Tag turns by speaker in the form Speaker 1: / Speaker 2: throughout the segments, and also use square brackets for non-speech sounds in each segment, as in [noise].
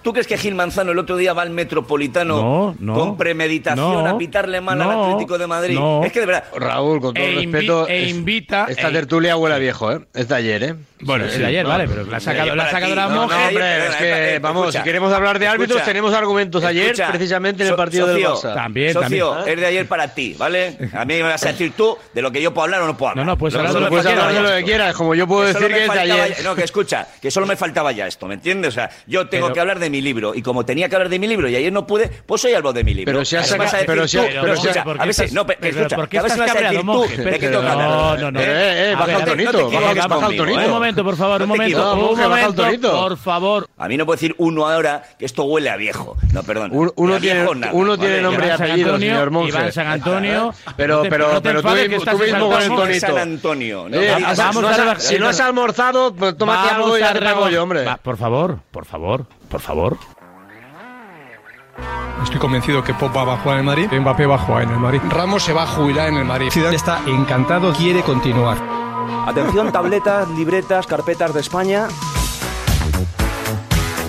Speaker 1: ¿Tú crees que Gil Manzano el otro día va al Metropolitano
Speaker 2: No, no.
Speaker 1: con premeditación
Speaker 2: No,
Speaker 1: a pitarle mal
Speaker 2: no,
Speaker 1: al Atlético de Madrid?
Speaker 2: no.
Speaker 1: Es que de verdad,
Speaker 3: Raúl, con todo
Speaker 2: E invi-
Speaker 3: respeto,
Speaker 2: e
Speaker 3: es-
Speaker 2: invita-
Speaker 3: esta
Speaker 2: e-
Speaker 3: tertulia huele a viejo, ¿eh? Es de ayer, ¿eh?
Speaker 2: Bueno,
Speaker 3: Sí,
Speaker 2: el de ayer,
Speaker 3: no.
Speaker 2: vale, pero la ha sacado, la ha
Speaker 1: para
Speaker 2: sacado
Speaker 1: ti,
Speaker 2: la
Speaker 1: no,
Speaker 3: No, no,
Speaker 2: monja.
Speaker 3: hombre, es que,
Speaker 1: eh,
Speaker 3: vamos,
Speaker 1: escucha,
Speaker 3: si queremos hablar de árbitros,
Speaker 1: escucha,
Speaker 3: tenemos argumentos ayer,
Speaker 1: escucha,
Speaker 3: precisamente en el
Speaker 1: so-
Speaker 3: partido
Speaker 1: socio,
Speaker 3: del Barça.
Speaker 2: También,
Speaker 1: socio,
Speaker 2: también.
Speaker 1: es de ayer para ti, ¿vale? A mí me vas a decir tú de lo que yo puedo hablar o no puedo hablar.
Speaker 2: No, no, puedes
Speaker 1: Lo que
Speaker 2: hablar
Speaker 3: Tú
Speaker 2: de
Speaker 1: solo
Speaker 2: lo
Speaker 1: me
Speaker 3: puedes
Speaker 2: que
Speaker 3: hablar
Speaker 1: faltaba
Speaker 3: de lo
Speaker 1: ya
Speaker 3: que
Speaker 1: esto.
Speaker 3: quieras, como yo puedo
Speaker 1: Que solo
Speaker 3: decir
Speaker 1: me
Speaker 3: que es de
Speaker 1: faltaba
Speaker 3: ayer.
Speaker 1: ya- No, que escucha, que solo me faltaba ya esto, ¿me entiendes? O sea, yo tengo
Speaker 2: Pero-
Speaker 1: que hablar de mi libro y como tenía que hablar de mi libro y ayer no pude, pues hoy hablo de mi libro.
Speaker 3: Pero si has
Speaker 1: Ahora
Speaker 3: sacado-
Speaker 1: vas a decir
Speaker 3: pero si
Speaker 1: tú,
Speaker 3: has-
Speaker 1: pero
Speaker 3: pero
Speaker 1: escucha,
Speaker 3: si-
Speaker 2: ¿por qué
Speaker 1: a veces,
Speaker 2: estás-
Speaker 1: no, pero,
Speaker 2: pero
Speaker 1: escucha,
Speaker 2: ¿por qué
Speaker 1: que a veces
Speaker 2: estás
Speaker 1: vas a decir
Speaker 2: cabreado,
Speaker 1: tú
Speaker 2: monje?
Speaker 1: de
Speaker 2: Pero-
Speaker 1: qué tengo que hablar.
Speaker 2: no, no, no.
Speaker 3: Eh, eh,
Speaker 2: A
Speaker 3: baja
Speaker 2: ver,
Speaker 3: el
Speaker 2: a ver,
Speaker 3: tonito,
Speaker 1: no te
Speaker 3: baja,
Speaker 1: equivoques
Speaker 3: baja el
Speaker 1: conmigo,
Speaker 3: tonito.
Speaker 1: eh.
Speaker 2: Un momento, por favor,
Speaker 1: No
Speaker 2: un
Speaker 1: te
Speaker 2: momento.
Speaker 1: equivoques,
Speaker 2: Un
Speaker 3: baja el
Speaker 2: momento,
Speaker 3: torito.
Speaker 2: por favor.
Speaker 1: A mí no puedo decir uno ahora que esto huele a viejo. No, perdón.
Speaker 3: Uno- uno
Speaker 1: Ni a
Speaker 3: tiene-
Speaker 1: viejo nada,
Speaker 3: uno tiene
Speaker 1: ¿vale?
Speaker 3: nombre- Hombre,
Speaker 2: Iván San
Speaker 3: apellido,
Speaker 2: Antonio,
Speaker 3: señor monje.
Speaker 2: Iván San Antonio.
Speaker 3: ¿Eh? [laughs] Pero-
Speaker 2: No te-
Speaker 3: pero-
Speaker 2: no te
Speaker 3: pero tú
Speaker 2: enfades, que
Speaker 3: mismo-
Speaker 2: estás
Speaker 3: tú mismo
Speaker 1: No,
Speaker 3: con el
Speaker 2: exaltado.
Speaker 1: no es
Speaker 3: tonito.
Speaker 1: San Antonio. no
Speaker 3: Eh,
Speaker 1: me
Speaker 3: has-
Speaker 1: digas
Speaker 3: si
Speaker 2: vamos
Speaker 3: no
Speaker 2: a
Speaker 3: has-
Speaker 2: rebajar-
Speaker 3: si no has almorzado, pues tómate
Speaker 2: Vamos
Speaker 3: algo y
Speaker 2: a
Speaker 3: ya te pago
Speaker 2: rebo-
Speaker 3: yo, hombre.
Speaker 2: Va, por favor, por favor, por favor.
Speaker 4: Estoy convencido que Pop va a jugar en el Madrid, Mbappé va a jugar en el Madrid, Ramos se va a jubilar en el Madrid. Zidane está encantado, quiere continuar.
Speaker 5: Atención, tabletas, libretas, carpetas de España.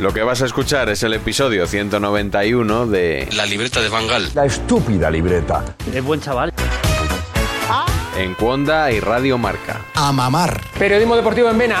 Speaker 6: Lo que vas a escuchar es el episodio 191 de
Speaker 3: La libreta de Bangal.
Speaker 5: La estúpida libreta.
Speaker 1: Es buen chaval.
Speaker 6: En Cuonda y Radio Marca.
Speaker 4: A mamar.
Speaker 5: Periodismo deportivo en Vena.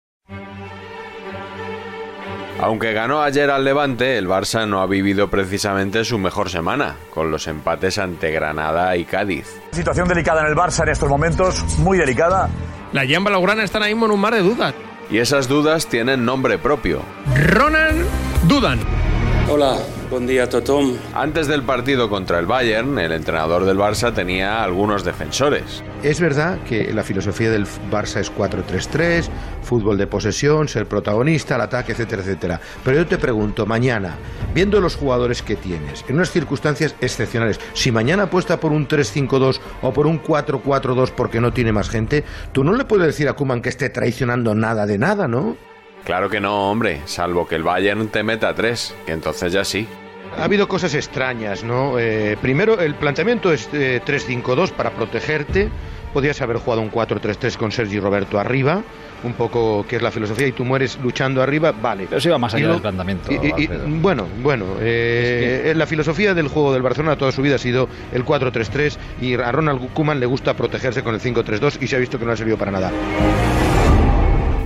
Speaker 6: Aunque ganó ayer al Levante, el Barça no ha vivido precisamente su mejor semana, con los empates ante Granada y Cádiz.
Speaker 5: Situación delicada en el Barça en estos momentos, muy delicada.
Speaker 4: La Jan Blaugrana están ahí en un mar de dudas.
Speaker 6: Y esas dudas tienen nombre propio.
Speaker 4: Ronan Dudan.
Speaker 5: Hola, buen día, Totón.
Speaker 6: Antes del partido contra el Bayern, el entrenador del Barça tenía algunos defensores.
Speaker 7: Es verdad que la filosofía del Barça es 4-3-3, fútbol de posesión, ser protagonista, el ataque, etcétera, etcétera. Pero yo te pregunto, mañana, viendo los jugadores que tienes, en unas circunstancias excepcionales, si mañana apuesta por un 3-5-2 o por un 4-4-2 porque no tiene más gente, tú no le puedes decir a Kuman que esté traicionando nada de nada, ¿no?
Speaker 6: Claro que no, hombre, salvo que el Bayern te meta tres, que entonces ya sí.
Speaker 7: Ha habido cosas extrañas, ¿no? Eh, primero, el planteamiento es eh, 3-5-2 para protegerte. Podías haber jugado un 4-3-3 con Sergi Roberto arriba, un poco que es la filosofía, y tú mueres luchando arriba, vale.
Speaker 2: Pero eso iba más allá
Speaker 7: Y lo-
Speaker 2: del planteamiento,
Speaker 7: y- y- y-
Speaker 2: Alfredo.
Speaker 7: bueno, bueno, eh, eh, la filosofía del juego del Barcelona toda su vida ha sido el 4-3-3 y a Ronald Koeman le gusta protegerse con el 5-3-2 y se ha visto que no ha servido para nada.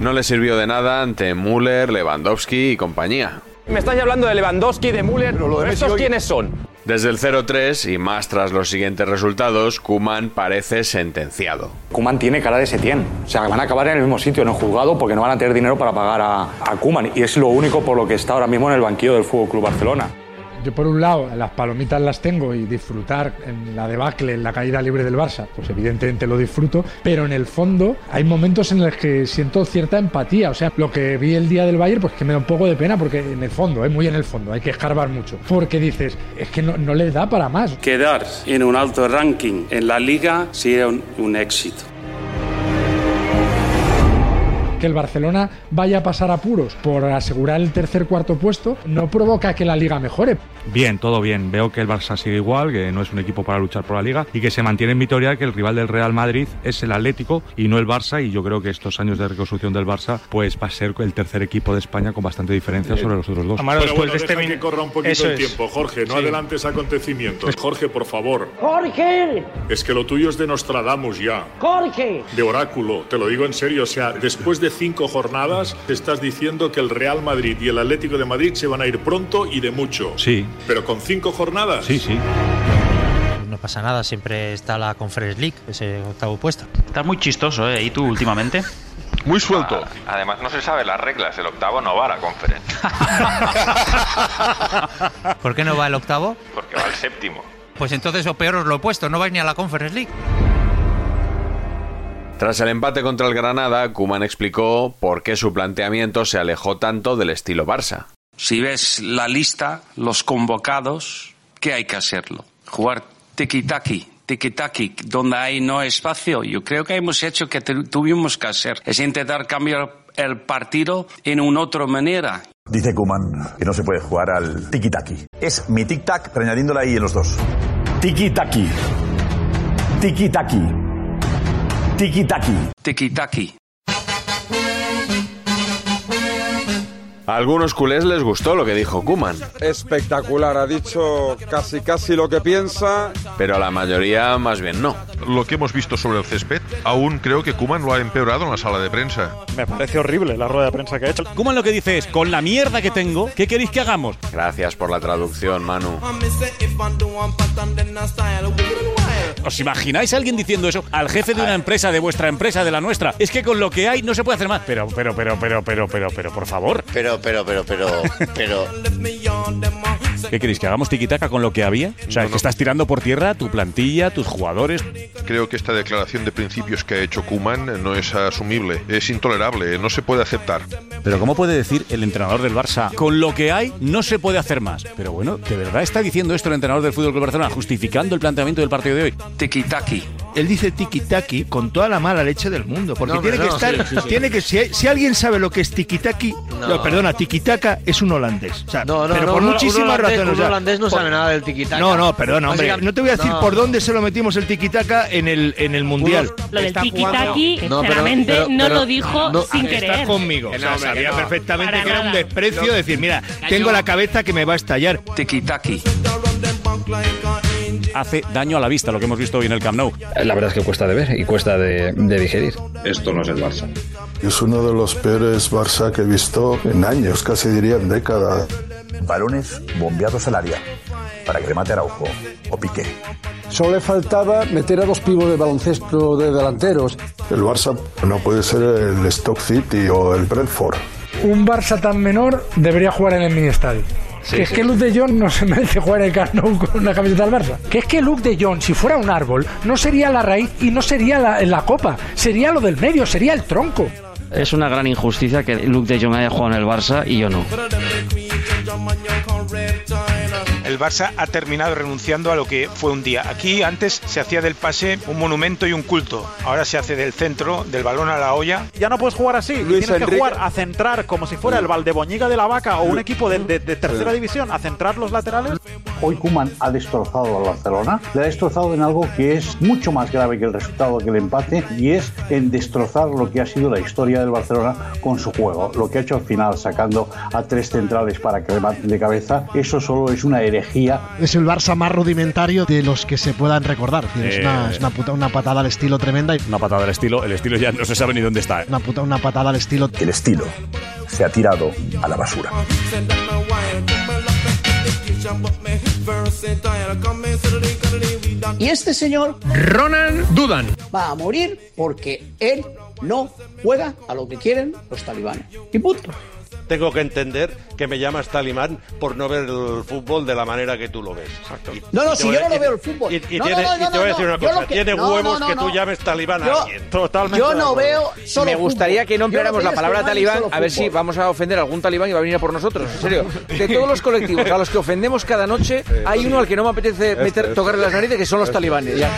Speaker 6: No le sirvió de nada ante Müller, Lewandowski y compañía.
Speaker 5: Me estáis hablando de Lewandowski, de Müller. ¿Estos quiénes son?
Speaker 6: Desde el 0-3 y más tras los siguientes resultados, Kuman parece sentenciado.
Speaker 5: Kuman tiene cara de Setién. O sea, van a acabar en el mismo sitio, en el juzgado, porque no van a tener dinero para pagar a, a Kuman. Y es lo único por lo que está ahora mismo en el banquillo del Fútbol Club Barcelona.
Speaker 4: [laughs] Yo por un lado las palomitas las tengo y disfrutar en la debacle, en la caída libre del Barça, pues evidentemente lo disfruto, pero en el fondo hay momentos en los que siento cierta empatía, o sea, lo que vi el día del Bayern pues que me da un poco de pena porque en el fondo, eh, muy en el fondo, hay que escarbar mucho, porque dices, es que no, no le da para más.
Speaker 5: Quedar en un alto ranking en la liga sería un, éxito.
Speaker 4: que el Barcelona vaya a pasar apuros por asegurar el tercer cuarto puesto no provoca que la liga mejore.
Speaker 8: Bien, todo bien. Veo que el Barça sigue igual, que no es un equipo para luchar por la liga y que se mantiene en Vitoria que el rival del Real Madrid es el Atlético y no el Barça. Y yo creo que estos años de reconstrucción del Barça, pues va a ser el tercer equipo de España con bastante diferencia sobre los otros dos.
Speaker 9: Eh,
Speaker 10: Pues
Speaker 9: Pero bueno, deja que corra un poquito
Speaker 8: este Eso
Speaker 9: el
Speaker 8: es.
Speaker 9: tiempo, Jorge. No
Speaker 8: Sí.
Speaker 9: adelantes acontecimientos. Jorge, por favor.
Speaker 11: Jorge,
Speaker 9: Es que lo tuyo es de Nostradamus ya.
Speaker 11: Jorge.
Speaker 9: De oráculo, te lo digo en serio. O sea, después de cinco jornadas, te estás diciendo que el Real Madrid y el Atlético de Madrid se van a ir pronto y de mucho.
Speaker 8: Sí,
Speaker 9: Pero con cinco jornadas.
Speaker 8: sí, sí.
Speaker 12: No pasa nada, siempre está la
Speaker 3: [laughs]
Speaker 12: Conference League, ese octavo puesto. Estás muy chistoso, ¿eh? ¿Y tú últimamente? [laughs] Muy suelto.
Speaker 13: Además, no se sabe las reglas. El octavo no va a la conferencia.
Speaker 12: ¿Por qué no va el octavo?
Speaker 13: Porque va al séptimo.
Speaker 12: Pues entonces o peor os lo he puesto, no vais ni a la Conference League.
Speaker 6: Tras el empate contra el Granada, Kuman explicó por qué su planteamiento se alejó tanto del estilo Barça.
Speaker 10: Si ves la lista, los convocados, ¿qué hay que hacerlo? Jugar tiki-taki, tiki-taki, donde hay no espacio. Yo creo que hemos hecho que tu- tuvimos que hacer. Es intentar cambiar el partido en una otra manera.
Speaker 14: Dice Kuman que no se puede jugar al tiki-taki. Es mi tic-tac, pero añadiéndola ahí en los dos. Tiki-taki. Tiki-taki. Tiki-taki.
Speaker 10: Tiki-taki.
Speaker 6: A algunos culés les gustó lo que dijo Kuman,
Speaker 15: Espectacular, ha dicho casi casi lo que piensa.
Speaker 6: pero a la mayoría más bien no.
Speaker 16: Lo que hemos visto sobre el césped, aún creo que Kuman lo ha empeorado en la sala de prensa.
Speaker 5: Me parece horrible la rueda de prensa que ha hecho. ¿Cómo lo que dice es, con la mierda que tengo, ¿qué queréis que hagamos?
Speaker 6: Gracias por la traducción, Manu.
Speaker 5: ¿Os imagináis a alguien diciendo eso al jefe de una empresa, de vuestra empresa, de la nuestra? Es que con lo que hay no se puede hacer más. Pero, pero, pero, pero, pero, pero, pero, por favor.
Speaker 17: Pero, pero, pero, pero, pero.
Speaker 5: ¿Qué queréis? ¿Que hagamos tiquitaca con lo que había? O sea, es que estás tirando por tierra tu plantilla, tus jugadores.
Speaker 16: Creo que esta declaración de principios que ha hecho Kuman no es asumible, es intolerable, no se puede aceptar.
Speaker 5: Pero ¿cómo puede decir el entrenador del Barça, con lo que hay no se puede hacer más? Pero bueno, ¿de verdad está diciendo esto el entrenador del Fútbol Club Barcelona, justificando el planteamiento del partido de hoy?
Speaker 10: Tiki-taki.
Speaker 18: Él dice tiki-taki con toda la mala leche del mundo. Porque
Speaker 17: No, hombre,
Speaker 18: tiene que
Speaker 17: no,
Speaker 18: estar.
Speaker 17: sí, sí, sí.
Speaker 18: Tiene que. Si, hay- si alguien sabe lo que es tiki-taki.
Speaker 17: No.
Speaker 18: no, Perdona, tiki-taka es un holandés. O sea,
Speaker 17: No, no,
Speaker 18: pero
Speaker 17: no,
Speaker 18: por
Speaker 17: un hola-
Speaker 18: muchísimas
Speaker 17: un holandés-
Speaker 18: razones.
Speaker 17: un
Speaker 18: o sea,
Speaker 17: holandés no
Speaker 18: por-
Speaker 17: sabe nada del tiki-taka.
Speaker 18: No, no, perdona, hombre.
Speaker 17: Básicamente-
Speaker 18: No te voy a decir
Speaker 17: no.
Speaker 18: por dónde se lo metimos el tiki-taka en el, en el mundial.
Speaker 19: Lo del
Speaker 18: Está
Speaker 19: tiki-taki,
Speaker 18: jugando-
Speaker 19: sinceramente, no lo dijo sin
Speaker 18: estás
Speaker 19: querer.
Speaker 18: conmigo.
Speaker 19: Que
Speaker 18: O
Speaker 19: no,
Speaker 18: sea,
Speaker 19: hombre,
Speaker 18: sabía
Speaker 19: que no.
Speaker 18: perfectamente
Speaker 19: Para
Speaker 18: que era un
Speaker 19: nada.
Speaker 18: desprecio decir, mira,
Speaker 19: Cayó.
Speaker 18: tengo la cabeza que me va a estallar.
Speaker 10: Tiki-taki.
Speaker 5: Hace daño a la vista lo que hemos visto hoy en el Camp Nou.
Speaker 20: Eh, La verdad es que cuesta de ver y cuesta de, de digerir.
Speaker 2: Esto no es el Barça.
Speaker 21: Es uno de los peores Barça que he visto en años, casi diría en décadas.
Speaker 14: Balones bombeados al área para que remate Araujo o Piqué.
Speaker 22: Solo le faltaba meter a dos pibos de baloncesto de delanteros.
Speaker 21: El Barça no puede ser el Stock City o el Brentford.
Speaker 4: Un Barça tan menor debería jugar en el mini estadio.
Speaker 21: Sí,
Speaker 4: que es
Speaker 21: sí.
Speaker 4: que Luke de Jong no se [laughs] merece jugar en el Camp Nou con una camiseta del Barça. Que es que Luke de Jong, si fuera un árbol, no sería la raíz y no sería la, la copa. Sería lo del medio, sería el tronco.
Speaker 23: Es una gran injusticia que Luke de Jong haya jugado en el Barça y yo no.
Speaker 24: El Barça ha terminado renunciando a lo que fue un día. Aquí antes se hacía del pase un monumento y un culto. Ahora se hace del centro, del balón a la olla.
Speaker 5: Ya no puedes jugar así.
Speaker 24: Luis
Speaker 5: Tienes
Speaker 24: Enrique-
Speaker 5: que jugar a centrar como si fuera el Valdeboñiga de la Vaca o un equipo de, de- de tercera división, a centrar los laterales.
Speaker 17: Hoy Kuman ha destrozado al Barcelona, le ha destrozado en algo que es mucho más grave que el resultado que el empate y es en destrozar lo que ha sido la historia del Barcelona con su juego. Lo que ha hecho al final sacando a tres centrales para que rematen de cabeza, eso solo es una herejía
Speaker 23: Es el Barça más rudimentario de los que se puedan recordar. Es decir, Es,
Speaker 5: Eh.
Speaker 23: una, es una puta- una patada al estilo tremenda y
Speaker 5: Una patada del estilo, el estilo ya no se sabe ni dónde está. ¿eh?
Speaker 23: una, puta- una patada al estilo.
Speaker 14: El estilo se ha tirado a la basura.
Speaker 24: Y este señor
Speaker 25: Ronan Dudan.
Speaker 24: va a morir porque él no juega a lo que quieren los talibanes. Y punto.
Speaker 26: Tengo que entender que me llamas talibán por no ver el fútbol de la manera que tú lo ves.
Speaker 24: No, no,
Speaker 26: Y te
Speaker 24: si
Speaker 26: voy
Speaker 24: yo
Speaker 26: a-
Speaker 24: no lo
Speaker 26: y-
Speaker 24: veo el fútbol.
Speaker 26: Y, y
Speaker 24: No, no,
Speaker 26: tiene-
Speaker 24: no,
Speaker 26: y te
Speaker 24: no,
Speaker 26: voy a decir
Speaker 24: no,
Speaker 26: una
Speaker 24: yo
Speaker 26: cosa.
Speaker 24: lo que-
Speaker 26: tiene
Speaker 24: no,
Speaker 26: huevos
Speaker 24: no,
Speaker 26: que
Speaker 24: no,
Speaker 26: tú
Speaker 24: no.
Speaker 26: llames talibán a
Speaker 24: Yo-
Speaker 26: alguien.
Speaker 24: yo no veo solo
Speaker 27: Me gustaría
Speaker 24: fútbol.
Speaker 27: que no empleáramos
Speaker 24: Yo
Speaker 27: la
Speaker 24: veo
Speaker 27: palabra
Speaker 24: solo
Speaker 27: talibán,
Speaker 24: fútbol.
Speaker 27: a ver si vamos a ofender a algún talibán y va a venir a por nosotros, en serio. De todos los colectivos a los que ofendemos cada noche, hay uno al que no me apetece
Speaker 26: Este,
Speaker 27: meter,
Speaker 26: este.
Speaker 27: tocarle las narices, que son los
Speaker 26: Este,
Speaker 27: talibanes.
Speaker 26: sí.
Speaker 27: ya.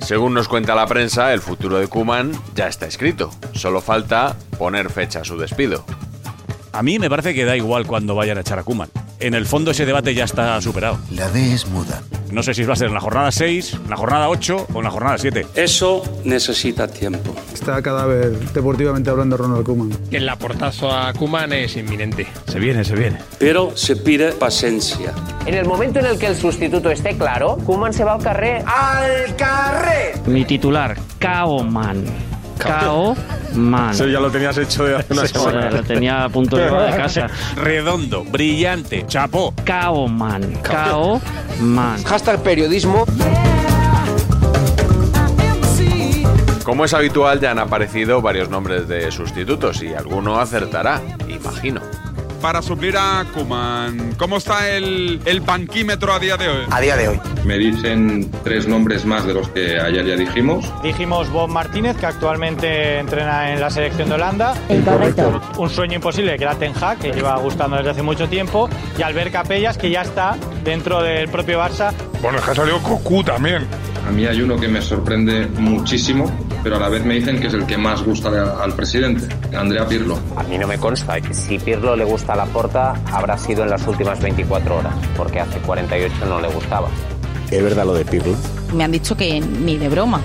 Speaker 6: Según nos cuenta la prensa, el futuro de Kuman ya está escrito. Solo falta poner fecha a su despido.
Speaker 5: A mí me parece que da igual cuando vayan a echar a Kuman. En el fondo ese debate ya está superado.
Speaker 28: La D es muda.
Speaker 5: No sé si va a ser en la jornada 6, en la jornada 8 o en la jornada 7.
Speaker 10: Eso necesita tiempo.
Speaker 29: Está cadáver deportivamente hablando Ronald Koeman.
Speaker 30: El laportazo a Kuman es inminente.
Speaker 10: Se viene, se viene. Pero se pide paciencia.
Speaker 31: En el momento en el que el sustituto esté claro, Kuman se va al carré. ¡Al carré!
Speaker 23: Mi titular, Cao Man. Cao Man.
Speaker 26: Eso ya lo tenías hecho de hace una
Speaker 23: Sí, joder,
Speaker 26: semana.
Speaker 23: lo tenía a punto de llevar a
Speaker 26: [laughs]
Speaker 23: casa.
Speaker 5: Redondo, brillante, chapo.
Speaker 23: Cao Man. Cao Man.
Speaker 27: Hashtag periodismo.
Speaker 6: Como es habitual, ya han aparecido varios nombres de sustitutos y alguno acertará, imagino.
Speaker 1: para suplir a Kuman. ¿Cómo está el, el banquímetro a día de hoy?
Speaker 32: hoy. Me dicen tres nombres más de los que ayer ya dijimos.
Speaker 3: Dijimos Bob Martínez, que actualmente entrena en la selección de Holanda.
Speaker 32: Incorrecto.
Speaker 3: Un sueño imposible, que era Ten Hag, que lleva gustando desde hace mucho tiempo. Y Albert Capellas, que ya está dentro del propio Barça.
Speaker 32: Bueno, es que ha salido Cocu también. A mí hay uno que me sorprende muchísimo, pero a la vez me dicen que es el que más gusta a- al presidente, Andrea Pirlo.
Speaker 31: A mí no me consta. Si Pirlo le gusta la porta, habrá sido en las últimas 24 horas, porque hace 48 no le gustaba.
Speaker 33: ¿Es verdad lo de Pirlo?
Speaker 7: Me han dicho que ni de broma.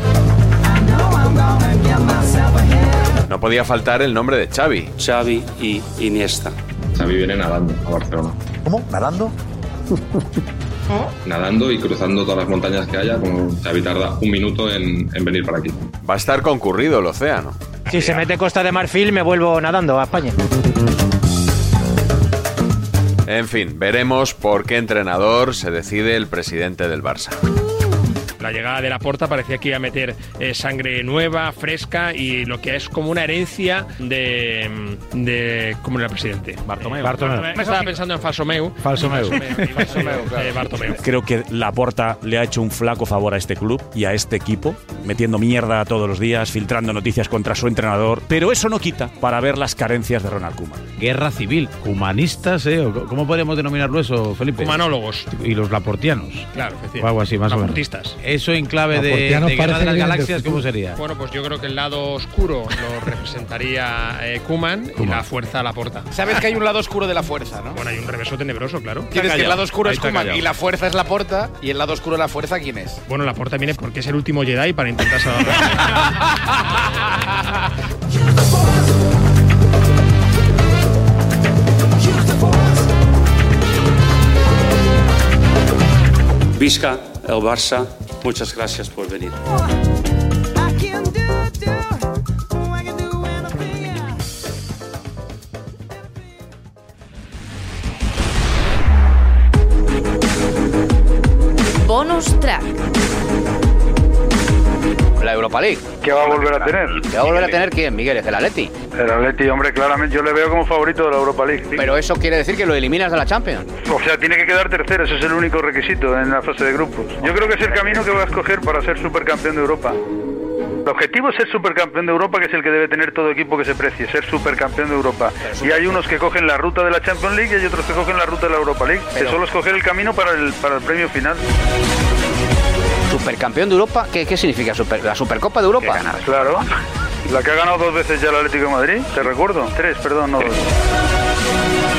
Speaker 6: No podía faltar el nombre de Xavi.
Speaker 10: Xavi y Iniesta.
Speaker 32: Xavi viene nadando a Barcelona.
Speaker 10: ¿Cómo? ¿Nadando?
Speaker 32: Nadando y cruzando todas las montañas que haya, como Xavi tarda un minuto en, en venir para aquí.
Speaker 6: Va a estar concurrido el océano.
Speaker 9: Si se mete Costa de Marfil, me vuelvo nadando a España.
Speaker 6: En fin, veremos por qué entrenador se decide el presidente del Barça.
Speaker 30: La llegada de la porta parecía que iba a meter eh, sangre nueva, fresca y lo que es como una herencia de. mm, de ¿Cómo era el
Speaker 11: Eh,
Speaker 30: presidente? Eh, Bartomeu.
Speaker 5: Bartomeu.
Speaker 30: Me estaba pensando en Falsomeu.
Speaker 5: Falsomeu.
Speaker 30: Falsomeu, eh, Bartomeu.
Speaker 5: Creo que Laporta le ha hecho un flaco favor a este club y a este equipo, metiendo mierda todos los días, filtrando noticias contra su entrenador, pero eso no quita para ver las carencias de Ronald Koeman.
Speaker 11: Guerra civil. Humanistas, ¿eh? ¿O ¿Cómo podemos denominarlo eso, Felipe?
Speaker 30: Humanólogos.
Speaker 11: Y los laportianos.
Speaker 30: Claro, efectivamente.
Speaker 11: O algo así, más o menos.
Speaker 30: Laportistas.
Speaker 11: Eso en clave de,
Speaker 30: Laportianos
Speaker 11: de Guerra
Speaker 30: parece
Speaker 11: de las
Speaker 30: que vienen del
Speaker 11: Galaxias, ¿cómo
Speaker 30: futuro.
Speaker 11: sería?
Speaker 30: Bueno, pues yo creo que el lado oscuro
Speaker 11: [laughs]
Speaker 30: lo representaría eh, Kuman y la fuerza a la porta.
Speaker 2: Sabes que hay un lado oscuro de la fuerza, ¿no?
Speaker 30: Bueno, hay un reverso tenebroso, claro.
Speaker 2: Tienes que el lado oscuro es Kuman y la fuerza es la porta y el lado oscuro de la fuerza quién es.
Speaker 30: Bueno, la porta viene porque es el último Jedi para intentar salvar.
Speaker 10: Vizca, el Barça, muchas gracias por venir.
Speaker 25: Bonus track.
Speaker 2: La Europa League.
Speaker 25: ¿Qué va a volver a tener?
Speaker 2: ¿Qué va a volver a tener quién, Miguel? ¿Es el Atleti?
Speaker 25: El Atleti, hombre, claramente yo le veo como favorito de la Europa League. sí.
Speaker 2: Pero eso quiere decir que lo eliminas de la Champions.
Speaker 25: O sea, tiene que quedar tercero, ese es el único requisito en la fase de grupos. Yo creo que es el camino que va a escoger para ser supercampeón de Europa. El objetivo es ser supercampeón de Europa, que es el que debe tener todo equipo que se precie, ser supercampeón de Europa. Y hay unos que cogen la ruta de la Champions League y hay otros que cogen la ruta de la Europa League, que
Speaker 2: Pero-
Speaker 25: solo es coger el camino para el, para el premio final.
Speaker 2: ¿Supercampeón de Europa? ¿Qué, qué significa super- la Supercopa de Europa?
Speaker 25: Claro. La que ha ganado dos veces ya el Atlético de Madrid, te recuerdo. Tres, perdón, no dos.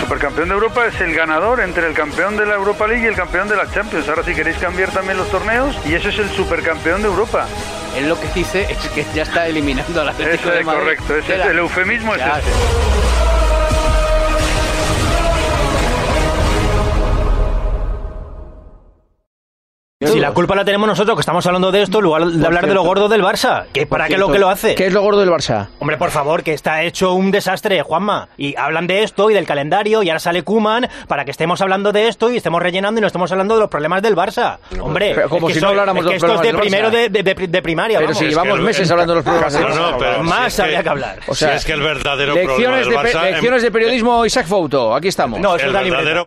Speaker 25: Supercampeón de Europa es el ganador entre el campeón de la Europa League y el campeón de la Champions. Ahora si queréis cambiar también los torneos y eso es el supercampeón de Europa.
Speaker 2: Él lo que dice es que ya está eliminando al Atlético
Speaker 25: Eso
Speaker 2: de
Speaker 25: es
Speaker 2: Madrid.
Speaker 25: correcto, ese es
Speaker 2: Era-
Speaker 25: el eufemismo es
Speaker 2: Claro.
Speaker 25: ese.
Speaker 9: Si la culpa la tenemos nosotros, que estamos hablando de esto, en lugar de hablar de lo
Speaker 2: cierto.
Speaker 9: gordo del Barça. Que ¿Para qué lo que lo hace?
Speaker 2: ¿Qué es lo gordo del Barça?
Speaker 9: Hombre, por favor, que está hecho un desastre, Juanma. Y hablan de esto y del calendario, y ahora sale Kuman para que estemos hablando de esto y estemos rellenando y no estemos hablando de los problemas del Barça. Hombre,
Speaker 2: Pero como
Speaker 9: es que
Speaker 2: si no
Speaker 9: eso-
Speaker 2: habláramos
Speaker 9: es que
Speaker 2: de los
Speaker 9: esto es de
Speaker 2: problemas
Speaker 9: primero
Speaker 2: del
Speaker 9: de, de- de primaria.
Speaker 2: Pero
Speaker 9: vamos.
Speaker 2: si llevamos meses hablando
Speaker 9: [laughs]
Speaker 2: de los problemas del Barça.
Speaker 9: más habría que hablar.
Speaker 2: O sea,
Speaker 34: si es que el verdadero problema
Speaker 2: Lecciones,
Speaker 34: del
Speaker 2: de, pe-
Speaker 34: Barça... em-
Speaker 2: lecciones de periodismo, Isaac Fouto, aquí estamos.
Speaker 34: el verdadero